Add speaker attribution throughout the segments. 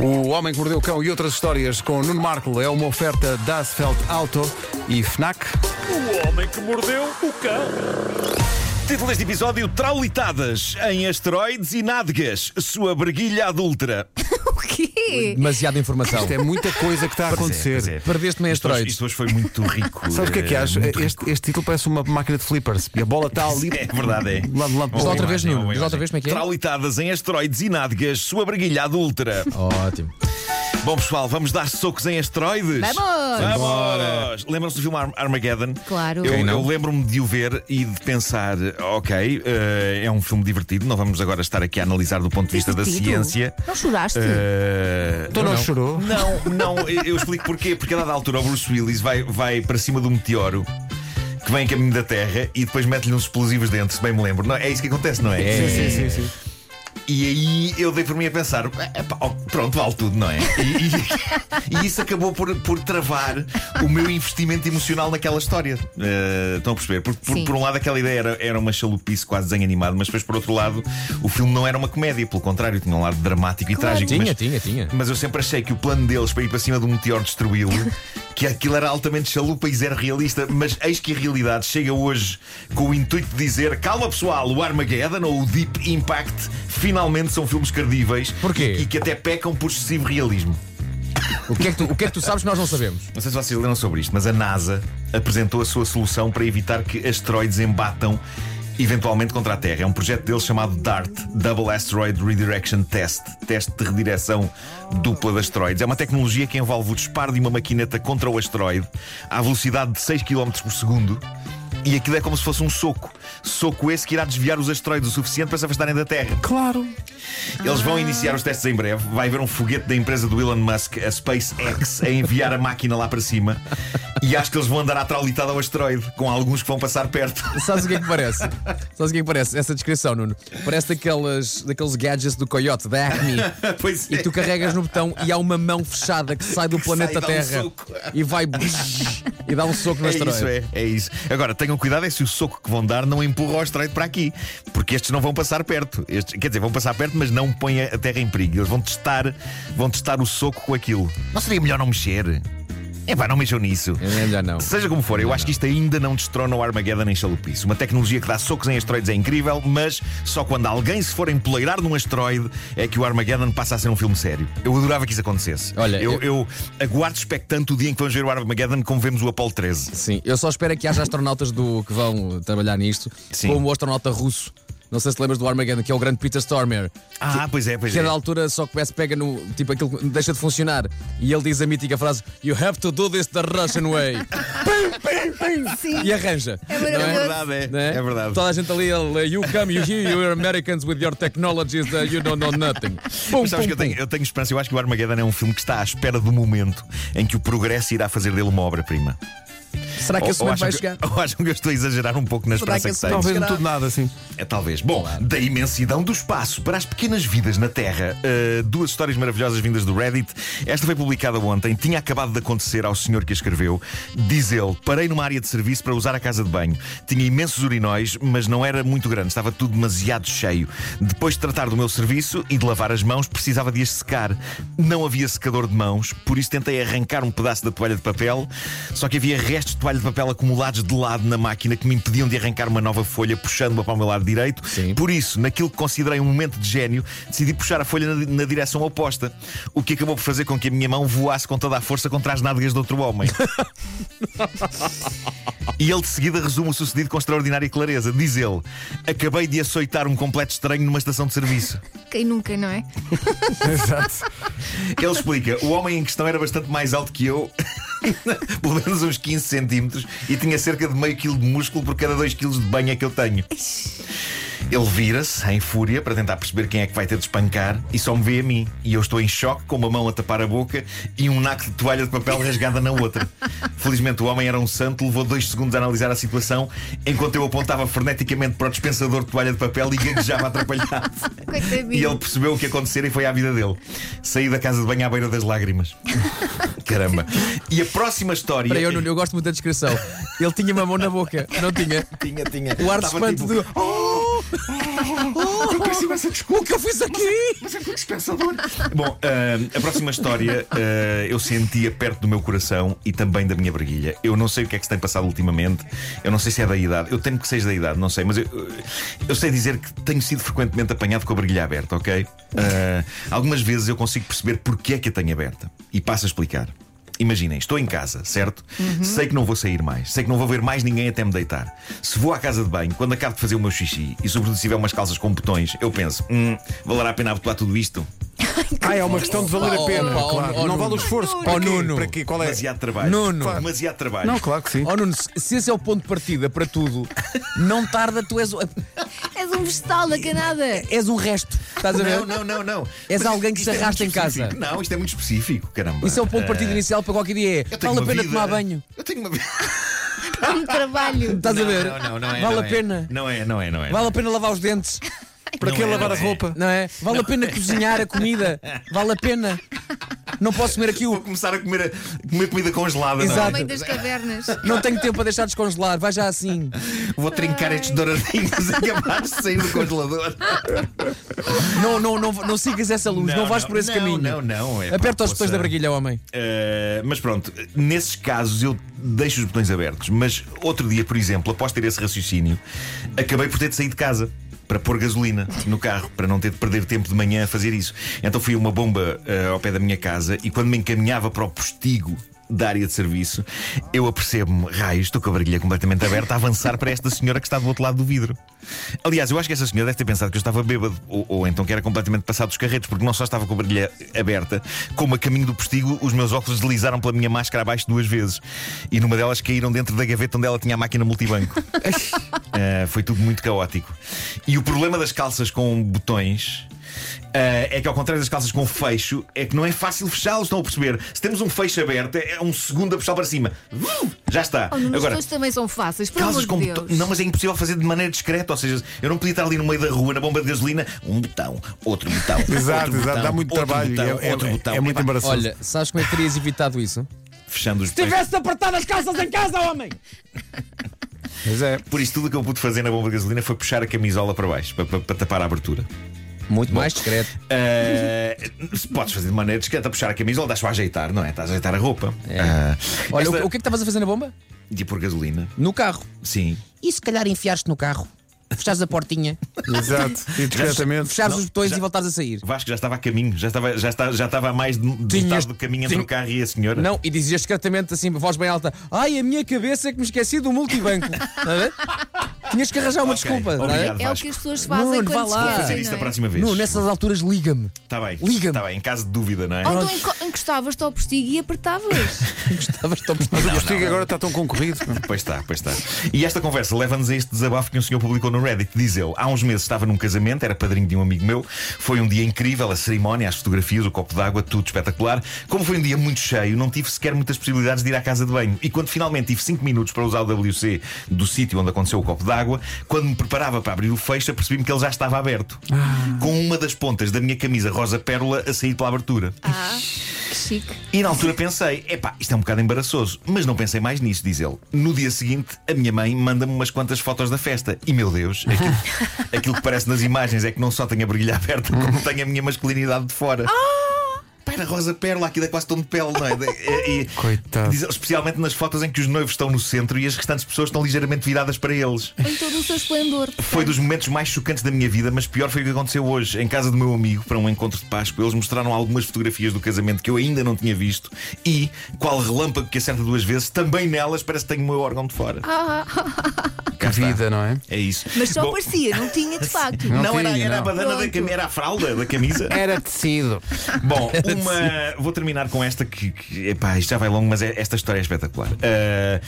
Speaker 1: O Homem que Mordeu o Cão e outras histórias com Nuno Marco é uma oferta Dasfeld Auto e FNAC.
Speaker 2: O homem que mordeu o cão.
Speaker 3: Título deste episódio: Traulitadas em asteroides e nádegas, sua breguilha adulta.
Speaker 4: O quê?
Speaker 5: Demasiada informação.
Speaker 1: Isto é muita coisa que está a acontecer.
Speaker 5: Perdeste-me em
Speaker 3: é. Isto hoje,
Speaker 5: asteroides.
Speaker 3: isto hoje foi muito rico.
Speaker 1: Sabes o que é que
Speaker 3: eh,
Speaker 1: acho?
Speaker 3: muito rico.
Speaker 1: Este, este título parece uma máquina de flippers e a bola está ali.
Speaker 3: É verdade, é.
Speaker 1: De lado, de lado,
Speaker 3: Boa
Speaker 1: para o
Speaker 5: outra
Speaker 1: outro.
Speaker 5: vez,
Speaker 3: imagem,
Speaker 5: Nuno.
Speaker 3: boa
Speaker 5: Diz
Speaker 3: imagem.
Speaker 5: outra vez como é que é?
Speaker 3: Traulitadas em asteroides e nádegas, sua breguilha adulta.
Speaker 5: Ótimo.
Speaker 3: Bom, pessoal, vamos dar socos em asteroides?
Speaker 4: Vamos!
Speaker 3: Vamos! Lembram-se do filme Arm- Armageddon?
Speaker 4: Claro.
Speaker 3: Eu,
Speaker 4: Quem não?
Speaker 3: eu lembro-me de o ver e de pensar, ok, eh, é um filme divertido, não vamos agora estar aqui a analisar do ponto de vista da
Speaker 4: Divertido.
Speaker 3: ciência.
Speaker 4: Não choraste?
Speaker 3: Eh,
Speaker 1: Então não chorou?
Speaker 3: Não, não, eu eu explico porquê. Porque a dada altura o Bruce Willis vai, vai para cima do meteoro que vem a caminho da Terra e depois mete-lhe uns explosivos dentro, se bem me lembro. Não, é isso que acontece, não é?
Speaker 1: Sim, sim, sim, sim.
Speaker 3: E aí eu dei por mim a pensar: "Epá, ó, pronto, vale tudo, não é? E, e- e isso acabou por, por travar o meu investimento emocional naquela história. Eh, estão a perceber? Porque, por,
Speaker 4: Sim.
Speaker 3: por um lado, aquela ideia era, era uma chalupice quase desenho animado, mas depois, por outro lado, o filme não era uma comédia, pelo contrário, tinha um lado dramático e trágico.
Speaker 5: Tinha,
Speaker 3: mas-
Speaker 5: tinha, tinha.
Speaker 3: mas eu sempre achei que o plano deles para ir para cima do meteoro destruí-lo, que aquilo era altamente chalupa e zero realista, mas eis que a realidade chega hoje com o intuito de dizer: calma pessoal, o Armageddon ou o Deep Impact finalmente são filmes credíveis
Speaker 5: Porquê?
Speaker 3: e que até pecam por excessivo realismo.
Speaker 5: O que, é que tu, o que é que tu sabes que nós não sabemos?
Speaker 3: Não sei se vocês leram sobre isto, mas a NASA apresentou a sua solução para evitar que asteroides embatam eventualmente contra a Terra. É um projeto deles chamado DART, Double Asteroid Redirection Test, teste de redireção dupla de asteroides. É uma tecnologia que envolve o disparo de uma maquineta contra o asteroide à velocidade de 6 km por segundo. E aquilo é como se fosse um soco. Soco esse que irá desviar os asteroides o suficiente para se afastarem da Terra.
Speaker 1: Claro.
Speaker 3: Eles vão iniciar os testes em breve. Vai haver um foguete da empresa do Elon Musk, a SpaceX, a enviar a máquina lá para cima. E acho que eles vão andar à traulitada ao asteroide, com alguns que vão passar perto.
Speaker 5: Sabes o que é que parece? Sabes o que é que parece? Essa descrição, Nuno. Parece daquelas, daqueles gadgets do Coyote, da Acme.
Speaker 3: pois
Speaker 5: E
Speaker 3: é.
Speaker 5: tu carregas no botão e há uma mão fechada que sai do
Speaker 3: Que sai
Speaker 5: planeta
Speaker 3: e dá um
Speaker 5: Terra
Speaker 3: soco.
Speaker 5: e vai e dá um soco no
Speaker 3: É isso,
Speaker 5: asteroide.
Speaker 3: é, é isso. Agora, tenham cuidado é se o soco que vão dar não empurra o asteroide para aqui, porque estes não vão passar perto. Estes- quer dizer, vão passar perto, mas não põem a Terra em perigo. Eles vão testar, vão testar o soco com aquilo. Não seria melhor não mexer? É pá, não mexam nisso.
Speaker 5: É melhor não.
Speaker 3: Seja como for, eu acho que isto ainda não destrona o Armageddon em chalupice. Uma tecnologia que dá socos em asteroides é incrível, mas só quando alguém se for empoleirar num asteroide é que o Armageddon passa a ser um filme sério. Eu adorava que isso acontecesse.
Speaker 5: Olha,
Speaker 3: eu, eu aguardo expectante o dia em que vamos ver o Armageddon como vemos o Apollo 13.
Speaker 5: Sim, eu só espero é que haja astronautas do, que vão trabalhar nisto,
Speaker 3: Sim.
Speaker 5: como o astronauta russo. Não sei se te lembras do Armageddon, que é o grande Peter Stormer.
Speaker 3: Ah, pois é, pois
Speaker 5: Que
Speaker 3: é.
Speaker 5: a da altura só que o PS pega no. Tipo, aquilo que deixa de funcionar. E ele diz a mítica frase: You have to do this the Russian way.
Speaker 4: Sim.
Speaker 5: E arranja.
Speaker 4: É
Speaker 3: É
Speaker 4: maravilhoso.
Speaker 3: verdade, é.
Speaker 5: Não é?
Speaker 3: É verdade.
Speaker 5: Toda a gente ali, ele, you come, you here, you Americans with your technologies, uh, you don't know nothing. Pum,
Speaker 3: Mas sabes
Speaker 5: pum,
Speaker 3: que eu tenho,
Speaker 5: pum.
Speaker 3: eu tenho esperança, eu acho que o Armageddon é um filme que está à espera do momento em que o progresso irá fazer dele uma obra-prima.
Speaker 5: Será que esse momento
Speaker 3: acham
Speaker 5: vai
Speaker 3: Oh, que-
Speaker 5: chegar?
Speaker 3: ou acham que eu estou a exagerar um pouco na
Speaker 4: Será
Speaker 3: esperança
Speaker 4: que
Speaker 3: que,
Speaker 4: esse
Speaker 3: tenho?
Speaker 1: Talvez não tudo nada assim.
Speaker 3: É talvez. Bom, da imensidão do espaço para as pequenas vidas na Terra, uh, duas histórias maravilhosas vindas do Reddit. Esta foi publicada ontem, tinha acabado de acontecer ao senhor que a escreveu. Diz ele: parei numa área de serviço para usar a casa de banho. Tinha imensos urinóis, mas não era muito grande, estava tudo demasiado cheio. Depois de tratar do meu serviço e de lavar as mãos, precisava de as secar. Não havia secador de mãos, por isso tentei arrancar um pedaço da toalha de papel, só que havia restos de toalha de papel acumulados de lado na máquina que me impediam de arrancar uma nova folha, puxando-a para o meu lado direito.
Speaker 5: Sim.
Speaker 3: Por isso, naquilo que considerei um momento de gênio, decidi puxar a folha na, na direção oposta, o que acabou por fazer com que a minha mão voasse com toda a força contra as nádegas de outro homem. E ele de seguida resume o sucedido com extraordinária clareza. Diz ele: Acabei de açoitar um completo estranho numa estação de serviço.
Speaker 4: Quem nunca, não é?
Speaker 1: Exato.
Speaker 3: Ele explica: o homem em questão era bastante mais alto que eu, pelo menos uns 15 centímetros, e tinha cerca de meio quilo de músculo por cada 2 quilos de banha que eu tenho. Ele vira-se em fúria para tentar perceber quem é que vai ter de espancar e só me vê a mim. E eu estou em choque, com uma mão a tapar a boca e um naco de toalha de papel rasgada na outra. Felizmente o homem era um santo, levou dois segundos a analisar a situação, enquanto eu apontava freneticamente para o dispensador de toalha de papel e gaguejava atrapalhado.
Speaker 4: Coitadinho.
Speaker 3: E ele percebeu o que acontecera e foi à vida dele. Saí da casa de banho à beira das lágrimas. Caramba. E a próxima história.
Speaker 5: Espera aí, eu, Nuno, eu gosto muito da descrição. Ele tinha uma mão na boca, não tinha?
Speaker 3: Tinha, tinha.
Speaker 5: O ar de
Speaker 3: Estava
Speaker 5: espanto
Speaker 3: tipo-
Speaker 5: do. Oh!
Speaker 3: Eu consigo essa desculpa.
Speaker 5: O que eu fiz aqui?
Speaker 3: Mas é muito dispensador. Bom, ah, a próxima história ah, eu sentia perto do meu coração e também da minha barriguilha. Eu não sei o que é que se tem passado ultimamente, eu não sei se é da idade, eu temo que seja da idade, não sei, mas eu, eu sei dizer que tenho sido frequentemente apanhado com a barriguilha aberta, ok? Ah, algumas vezes eu consigo perceber porque é que a tenho aberta e passo a explicar. Imaginem, estou em casa, certo? Sei que não vou sair mais, sei que não vou ver mais ninguém até me deitar. Se vou à casa de banho, quando acabo de fazer o meu xixi e, sobretudo, se tiver umas calças com botões, eu penso: hum, valerá a pena abotoar tudo isto?
Speaker 1: Ah, é uma questão de valer a
Speaker 5: Oh,
Speaker 1: pena,
Speaker 5: oh,
Speaker 1: claro.
Speaker 5: oh,
Speaker 1: não
Speaker 5: Nuno.
Speaker 1: vale o esforço.
Speaker 4: Oh,
Speaker 1: para quê?
Speaker 5: Nuno.
Speaker 1: Para quê? Qual é?
Speaker 3: Demasiado trabalho.
Speaker 5: Nuno.
Speaker 3: Claro. Demasiado trabalho.
Speaker 1: Não, claro que sim.
Speaker 5: Oh Nuno, se- se esse é o ponto de partida para tudo, não tarda, tu és, o-
Speaker 4: És um vegetal da canada. É
Speaker 5: és um resto. Estás a ver?
Speaker 3: Não, não, não, não.
Speaker 5: És
Speaker 3: Mas
Speaker 5: alguém que
Speaker 3: isto
Speaker 5: se
Speaker 3: é muito
Speaker 5: arrasta em casa.
Speaker 3: específico. Não, isto é muito específico, caramba.
Speaker 5: Isso é o ponto de partida
Speaker 3: Eh,
Speaker 5: inicial para qualquer dia. É,
Speaker 3: eu tenho
Speaker 5: vale a
Speaker 3: uma
Speaker 5: pena
Speaker 3: vida-
Speaker 5: tomar banho.
Speaker 3: Eu tenho uma vida.
Speaker 4: Como um trabalho.
Speaker 5: Estás a ver?
Speaker 3: Não, não, não é.
Speaker 5: vale
Speaker 3: não
Speaker 5: a
Speaker 3: é.
Speaker 5: pena.
Speaker 3: Não é, não é, não é.
Speaker 5: Vale a pena lavar os dentes,
Speaker 1: Para
Speaker 3: Não
Speaker 1: que
Speaker 3: é,
Speaker 1: lavar
Speaker 3: não
Speaker 1: a
Speaker 3: é.
Speaker 1: roupa?
Speaker 5: não é? Vale a pena cozinhar a comida. Vale a pena. Não posso comer
Speaker 3: Vou
Speaker 5: aquilo.
Speaker 3: começar a comer, a comer comida congelada, não é?
Speaker 5: Exato.
Speaker 4: Homem das cavernas.
Speaker 5: Não tenho tempo a deixar descongelar. Vai já assim.
Speaker 3: Vou trincar estes douradinhos acabados de sair do congelador.
Speaker 5: Não, não, não, não sigas essa luz. Não, vais por esse
Speaker 3: não,
Speaker 5: caminho.
Speaker 3: Não, não. É
Speaker 5: Aperta
Speaker 3: pá,
Speaker 5: os botões
Speaker 3: poça.
Speaker 5: da braguilha, homem.
Speaker 3: Uh, mas pronto, nesses casos eu deixo os botões abertos. Mas outro dia, por exemplo, após ter esse raciocínio, acabei por ter de sair de casa. Para pôr gasolina no carro, para não ter de perder tempo de manhã a fazer isso. Então fui a uma bomba uh, ao pé da minha casa e quando me encaminhava para o postigo da área de serviço, eu apercebo-me, raios, estou com a barriguilha completamente aberta, a avançar para esta senhora que está do outro lado do vidro. Aliás, eu acho que essa senhora deve ter pensado que eu estava bêbado, ou, ou então que era completamente passado dos carretos, porque não só estava com a barriguilha aberta, como a caminho do postigo, os meus óculos deslizaram pela minha máscara abaixo duas vezes. E numa delas caíram dentro da gaveta onde ela tinha a máquina multibanco. Ah, foi tudo muito caótico. E o problema das calças com botões. ah, é que ao contrário das calças com fecho, é que não é fácil fechá-los, estão a perceber? Se temos um fecho aberto, é um segundo a puxar para cima. Já está.
Speaker 4: Oh, Nuno, as
Speaker 3: Agora,
Speaker 4: pessoas também são fáceis, pelo amor
Speaker 3: Calças
Speaker 4: de
Speaker 3: com
Speaker 4: Deus.
Speaker 3: botão- Não, mas é impossível fazer de maneira discreta. Ou seja, eu não podia estar ali no meio da rua, na bomba de gasolina, um botão, outro botão.
Speaker 1: Exato,
Speaker 3: outro
Speaker 1: exato,
Speaker 3: botão,
Speaker 1: dá muito
Speaker 3: outro
Speaker 1: trabalho.
Speaker 3: botão,
Speaker 1: é, é-
Speaker 3: outro
Speaker 1: é-
Speaker 3: botão.
Speaker 1: é muito
Speaker 3: Epá,
Speaker 1: embaraçoso.
Speaker 5: Olha, sabes como é que terias evitado isso?
Speaker 3: Fechando os botões.
Speaker 5: Tivesse de apertar as calças em casa, homem!
Speaker 1: Mas é.
Speaker 3: Por isso, tudo o que eu pude fazer na bomba de gasolina foi puxar a camisola para baixo, para, para- para tapar a abertura.
Speaker 5: Muito mais discreto.
Speaker 3: Ah, se podes fazer de maneira discreta, puxar a camisola, dás para ajeitar, não é? Estás a ajeitar a roupa. Ah,
Speaker 5: Olha,
Speaker 3: esta-
Speaker 5: o, o que é que estavas a fazer na bomba?
Speaker 3: De ir por gasolina,
Speaker 5: No carro.
Speaker 3: sim.
Speaker 5: E se calhar enfiares-te no carro, fechares a portinha,
Speaker 1: Exato. E discretamente.
Speaker 5: fechares os botões e voltares a sair?
Speaker 3: Vasco já estava a caminho, já estava, já está, já estava a mais de de
Speaker 5: Tinhas-
Speaker 3: metade do caminho entre
Speaker 5: Tinha-
Speaker 3: o carro e a senhora.
Speaker 5: Não, e dizias discretamente assim, voz bem alta: Ai, a minha cabeça é que me esqueci do multibanco. Está a ver? Tinhas que arranjar uma
Speaker 3: Ok,
Speaker 5: desculpa. está a ver?
Speaker 3: obrigado.
Speaker 4: É o que as pessoas fazem
Speaker 5: Nuno,
Speaker 4: quando
Speaker 5: vá lá.
Speaker 4: se
Speaker 3: Vou fazer
Speaker 4: esquecem,
Speaker 3: isso da
Speaker 4: não é?
Speaker 3: próxima vez.
Speaker 5: Nuno, nessas alturas liga-me.
Speaker 3: Está bem.
Speaker 5: Liga-me.
Speaker 3: Está bem, em caso de dúvida, não é?
Speaker 4: Ou então enco- encostavas-te ao postigo e apertavas.
Speaker 5: Estavas tão
Speaker 1: Mas o postigo agora está tão concorrido.
Speaker 3: Pois está, pois está. E esta conversa leva-nos a este desabafo que um senhor publicou no Reddit. Diz ele: há uns meses estava num casamento, era padrinho de um amigo meu. Foi um dia incrível, a cerimónia, as fotografias, o copo d'água, tudo espetacular. Como foi um dia muito cheio, não tive sequer muitas possibilidades de ir à casa de banho. E quando finalmente tive 5 minutos para usar o WC do sítio onde aconteceu o copo d'água, quando me preparava para abrir o fecho, apercebi-me que ele já estava aberto. Com uma das pontas da minha camisa rosa pérola a sair pela abertura.
Speaker 4: Ah, que chique.
Speaker 3: E na altura pensei, epá, isto é um bocado embaraçoso, mas não pensei mais nisso, diz ele. No dia seguinte, a minha mãe manda-me umas quantas fotos da festa. E meu Deus, aquilo, aquilo que parece nas imagens é que não só tenho a brilha aberta, como tenho a minha masculinidade de fora.
Speaker 4: Ah.
Speaker 3: Pá, era rosa pérola, aquilo é quase tom de pele, não é? E- e-
Speaker 1: Coitado.
Speaker 3: diz ele, especialmente nas fotos em que os noivos estão no centro e as restantes pessoas estão ligeiramente viradas para eles.
Speaker 4: Em todo o seu esplendor.
Speaker 3: Foi dos momentos mais chocantes da minha vida, mas pior foi o que aconteceu hoje. Em casa do meu amigo, para um encontro de Páscoa, eles mostraram algumas fotografias do casamento que eu ainda não tinha visto e, qual relâmpago que acerta duas vezes, também nelas parece que tenho o meu órgão de fora.
Speaker 1: Que vida, não é?
Speaker 3: É isso.
Speaker 4: Ah, Mas só
Speaker 3: Bom,
Speaker 4: parecia, não tinha de facto.
Speaker 3: Não,
Speaker 1: Não
Speaker 3: era,
Speaker 1: tinha,
Speaker 3: era a
Speaker 1: não.
Speaker 3: badana da
Speaker 4: Pronto.
Speaker 3: camisa, era a fralda da camisa.
Speaker 1: Era tecido.
Speaker 3: Bom, uma. Vou terminar com esta que. que epá, isto já vai longo, mas é- esta história é espetacular. Ah,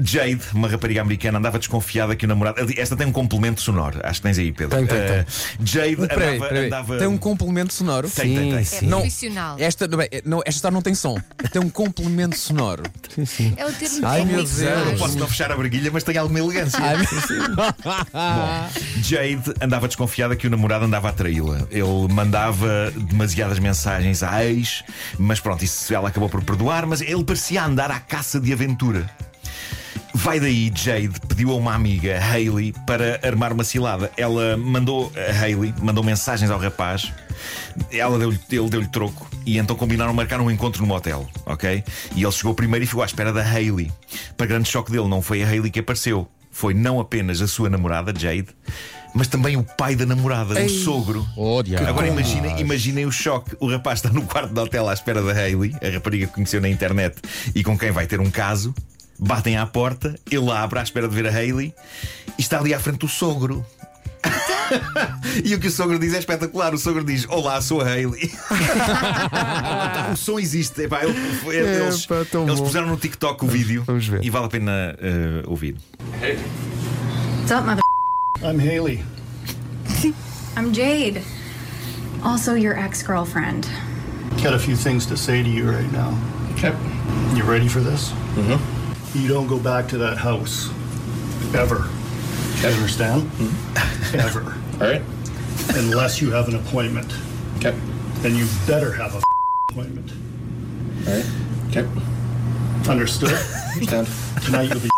Speaker 3: Jade, uma rapariga americana, andava desconfiada que o namorado. Esta tem um complemento sonoro, acho que tens aí, Pedro.
Speaker 1: Tem, tem, tem.
Speaker 3: Ah, Jade
Speaker 5: Peraí,
Speaker 3: andava.
Speaker 5: peraí.
Speaker 3: andava-
Speaker 5: Tem um complemento sonoro.
Speaker 3: Tem, tem, tem.
Speaker 4: É
Speaker 1: sim.
Speaker 5: Não.
Speaker 4: profissional.
Speaker 5: Esta, não, bem, não, esta história não tem som. Tem um complemento sonoro.
Speaker 4: É o termo
Speaker 5: Ai, meu
Speaker 4: técnico.
Speaker 5: Deus.
Speaker 3: Eu Posso não fechar a briguilha, mas tem alguma elegância.
Speaker 5: Ai,
Speaker 3: Bom, Jade andava desconfiada que o namorado andava a traí-la. Ele mandava demasiadas mensagens à ex, mas pronto, isso ela acabou por perdoar, mas ele parecia andar à caça de aventura. Vai daí, Jade pediu a uma amiga, Hayley, para armar uma cilada. Ela mandou a Hayley, mandou mensagens ao rapaz. Ela deu ele deu-lhe troco e então combinaram marcar um encontro num hotel, ok? E ele chegou primeiro e ficou à espera da Hayley. Para grande choque dele, não foi a Hayley que apareceu. Foi não apenas a sua namorada, Jade, mas também o pai da namorada, o sogro.
Speaker 5: Ódio.
Speaker 3: Agora imaginem imaginem o choque. O rapaz está no quarto de hotel à espera da Hayley, a rapariga que conheceu na internet e com quem vai ter um caso. Batem à porta, ele abre à espera de ver a Hayley e está ali à frente o sogro. e o que o sogro diz é espetacular. O sogro diz: Olá, sou a Hayley. o som existe. Epá, ele- eles
Speaker 1: Epá, tão
Speaker 3: eles
Speaker 1: bom.
Speaker 3: puseram no TikTok o vídeo
Speaker 1: vamos ver.
Speaker 3: e vale a pena eh, ouvir.
Speaker 6: What's up, my?
Speaker 2: I'm Haley.
Speaker 6: I'm Jade. Also, your ex girlfriend.
Speaker 2: Got a few things to say to you right now. You ready for this? Mm-hmm. You don't go back to that house. Ever. You understand? Ever.
Speaker 7: All right.
Speaker 2: Unless you have an appointment.
Speaker 7: Okay.
Speaker 2: Then you better have a appointment.
Speaker 7: All right. Okay.
Speaker 2: Understood?
Speaker 7: Understand.
Speaker 2: Tonight you'll be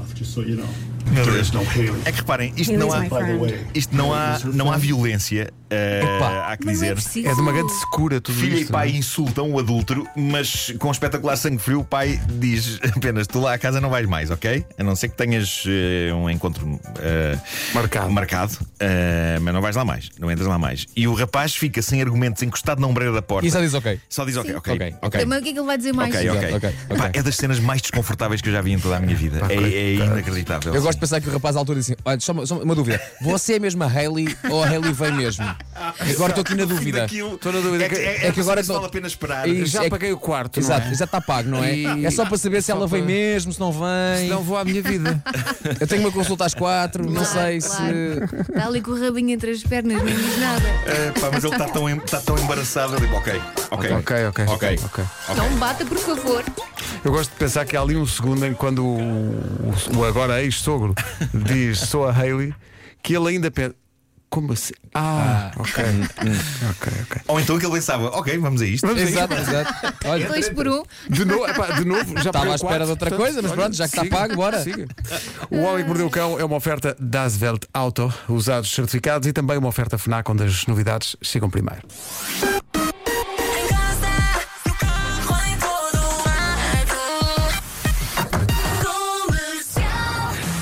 Speaker 2: off, just so you know. There is no Haley.
Speaker 3: É que reparem, isto
Speaker 6: He
Speaker 3: não
Speaker 6: was
Speaker 3: há.
Speaker 6: my
Speaker 2: By the
Speaker 6: friend.
Speaker 2: way,
Speaker 3: Isto não há, não há violência, eh,
Speaker 5: Opa.
Speaker 3: há que
Speaker 4: Mas não é
Speaker 3: dizer.
Speaker 4: preciso.
Speaker 1: É de uma grande secura tudo
Speaker 3: Filha
Speaker 1: isto,
Speaker 3: e pai
Speaker 1: não é?
Speaker 3: insultam o adúltero, mas com espetacular sangue frio, o pai diz apenas: Tu lá à casa não vais mais, ok? A não ser que tenhas eh, um encontro eh,
Speaker 1: Marcado.
Speaker 3: marcado eh, mas não vais lá mais, não entras lá mais. E o rapaz fica sem argumentos, encostado na ombreira da porta.
Speaker 5: E só diz ok.
Speaker 3: Só diz: Ok, ok,
Speaker 5: Ok,
Speaker 3: ok.
Speaker 4: Também o que é que ele vai dizer mais?
Speaker 3: Ok, ok.
Speaker 5: Exato, ok, ok.
Speaker 3: Pá, é das cenas mais desconfortáveis que eu já vi em toda a minha vida. É, é inacreditável.
Speaker 5: Eu gosto de pensar que o rapaz à altura disse assim: Olha, só uma, só uma dúvida. Você é mesmo a Hayley ou a Hayley vem mesmo? Agora estou aqui na dúvida.
Speaker 3: Estou
Speaker 1: na dúvida
Speaker 3: É que,
Speaker 1: que-
Speaker 3: é,
Speaker 5: é que agora
Speaker 3: agora
Speaker 5: não-
Speaker 3: vale a pena esperar.
Speaker 5: E-
Speaker 1: Já
Speaker 5: É que-
Speaker 1: paguei o quarto,
Speaker 5: Exato,
Speaker 1: não é?
Speaker 5: já está pago, não é?
Speaker 1: E-
Speaker 5: É só para saber se
Speaker 1: Só
Speaker 5: ela vem
Speaker 1: para-
Speaker 5: mesmo, se não vem.
Speaker 1: Não vou à minha vida.
Speaker 5: Eu tenho uma consulta às quatro, não
Speaker 4: Claro,
Speaker 5: sei
Speaker 4: claro.
Speaker 5: se.
Speaker 4: Está ali com o rabinho entre as pernas, não diz nada.
Speaker 3: Eh, pá, mas ele está tão, em- está tão embaraçado. Eu digo, ok, ok,
Speaker 1: Ok, ok,
Speaker 3: ok.
Speaker 1: ok.
Speaker 4: Não me Então bata, por favor.
Speaker 1: Eu gosto de pensar que há ali um segundo em que quando o, o- o agora ex-sogro diz sou a Hayley, que ele ainda pensa. Como assim? Ah, hum. ok. ok, ok.
Speaker 3: Ou então que ele pensava, ok, vamos a isto.
Speaker 1: Vamos a isto.
Speaker 5: Exato, exato. Olha,
Speaker 4: Dois por um.
Speaker 1: De novo, epá, de novo, já
Speaker 5: Estava
Speaker 1: paguei
Speaker 5: à
Speaker 1: o
Speaker 5: espera
Speaker 1: quarto,
Speaker 5: de outra
Speaker 1: portanto,
Speaker 5: coisa, mas
Speaker 1: olha,
Speaker 5: pronto, já que está
Speaker 1: siga,
Speaker 5: pago, bora.
Speaker 1: siga. O Homem que Mordeu o Cão é uma oferta das Welt Auto, usados certificados e também uma oferta FNAC onde as novidades chegam primeiro.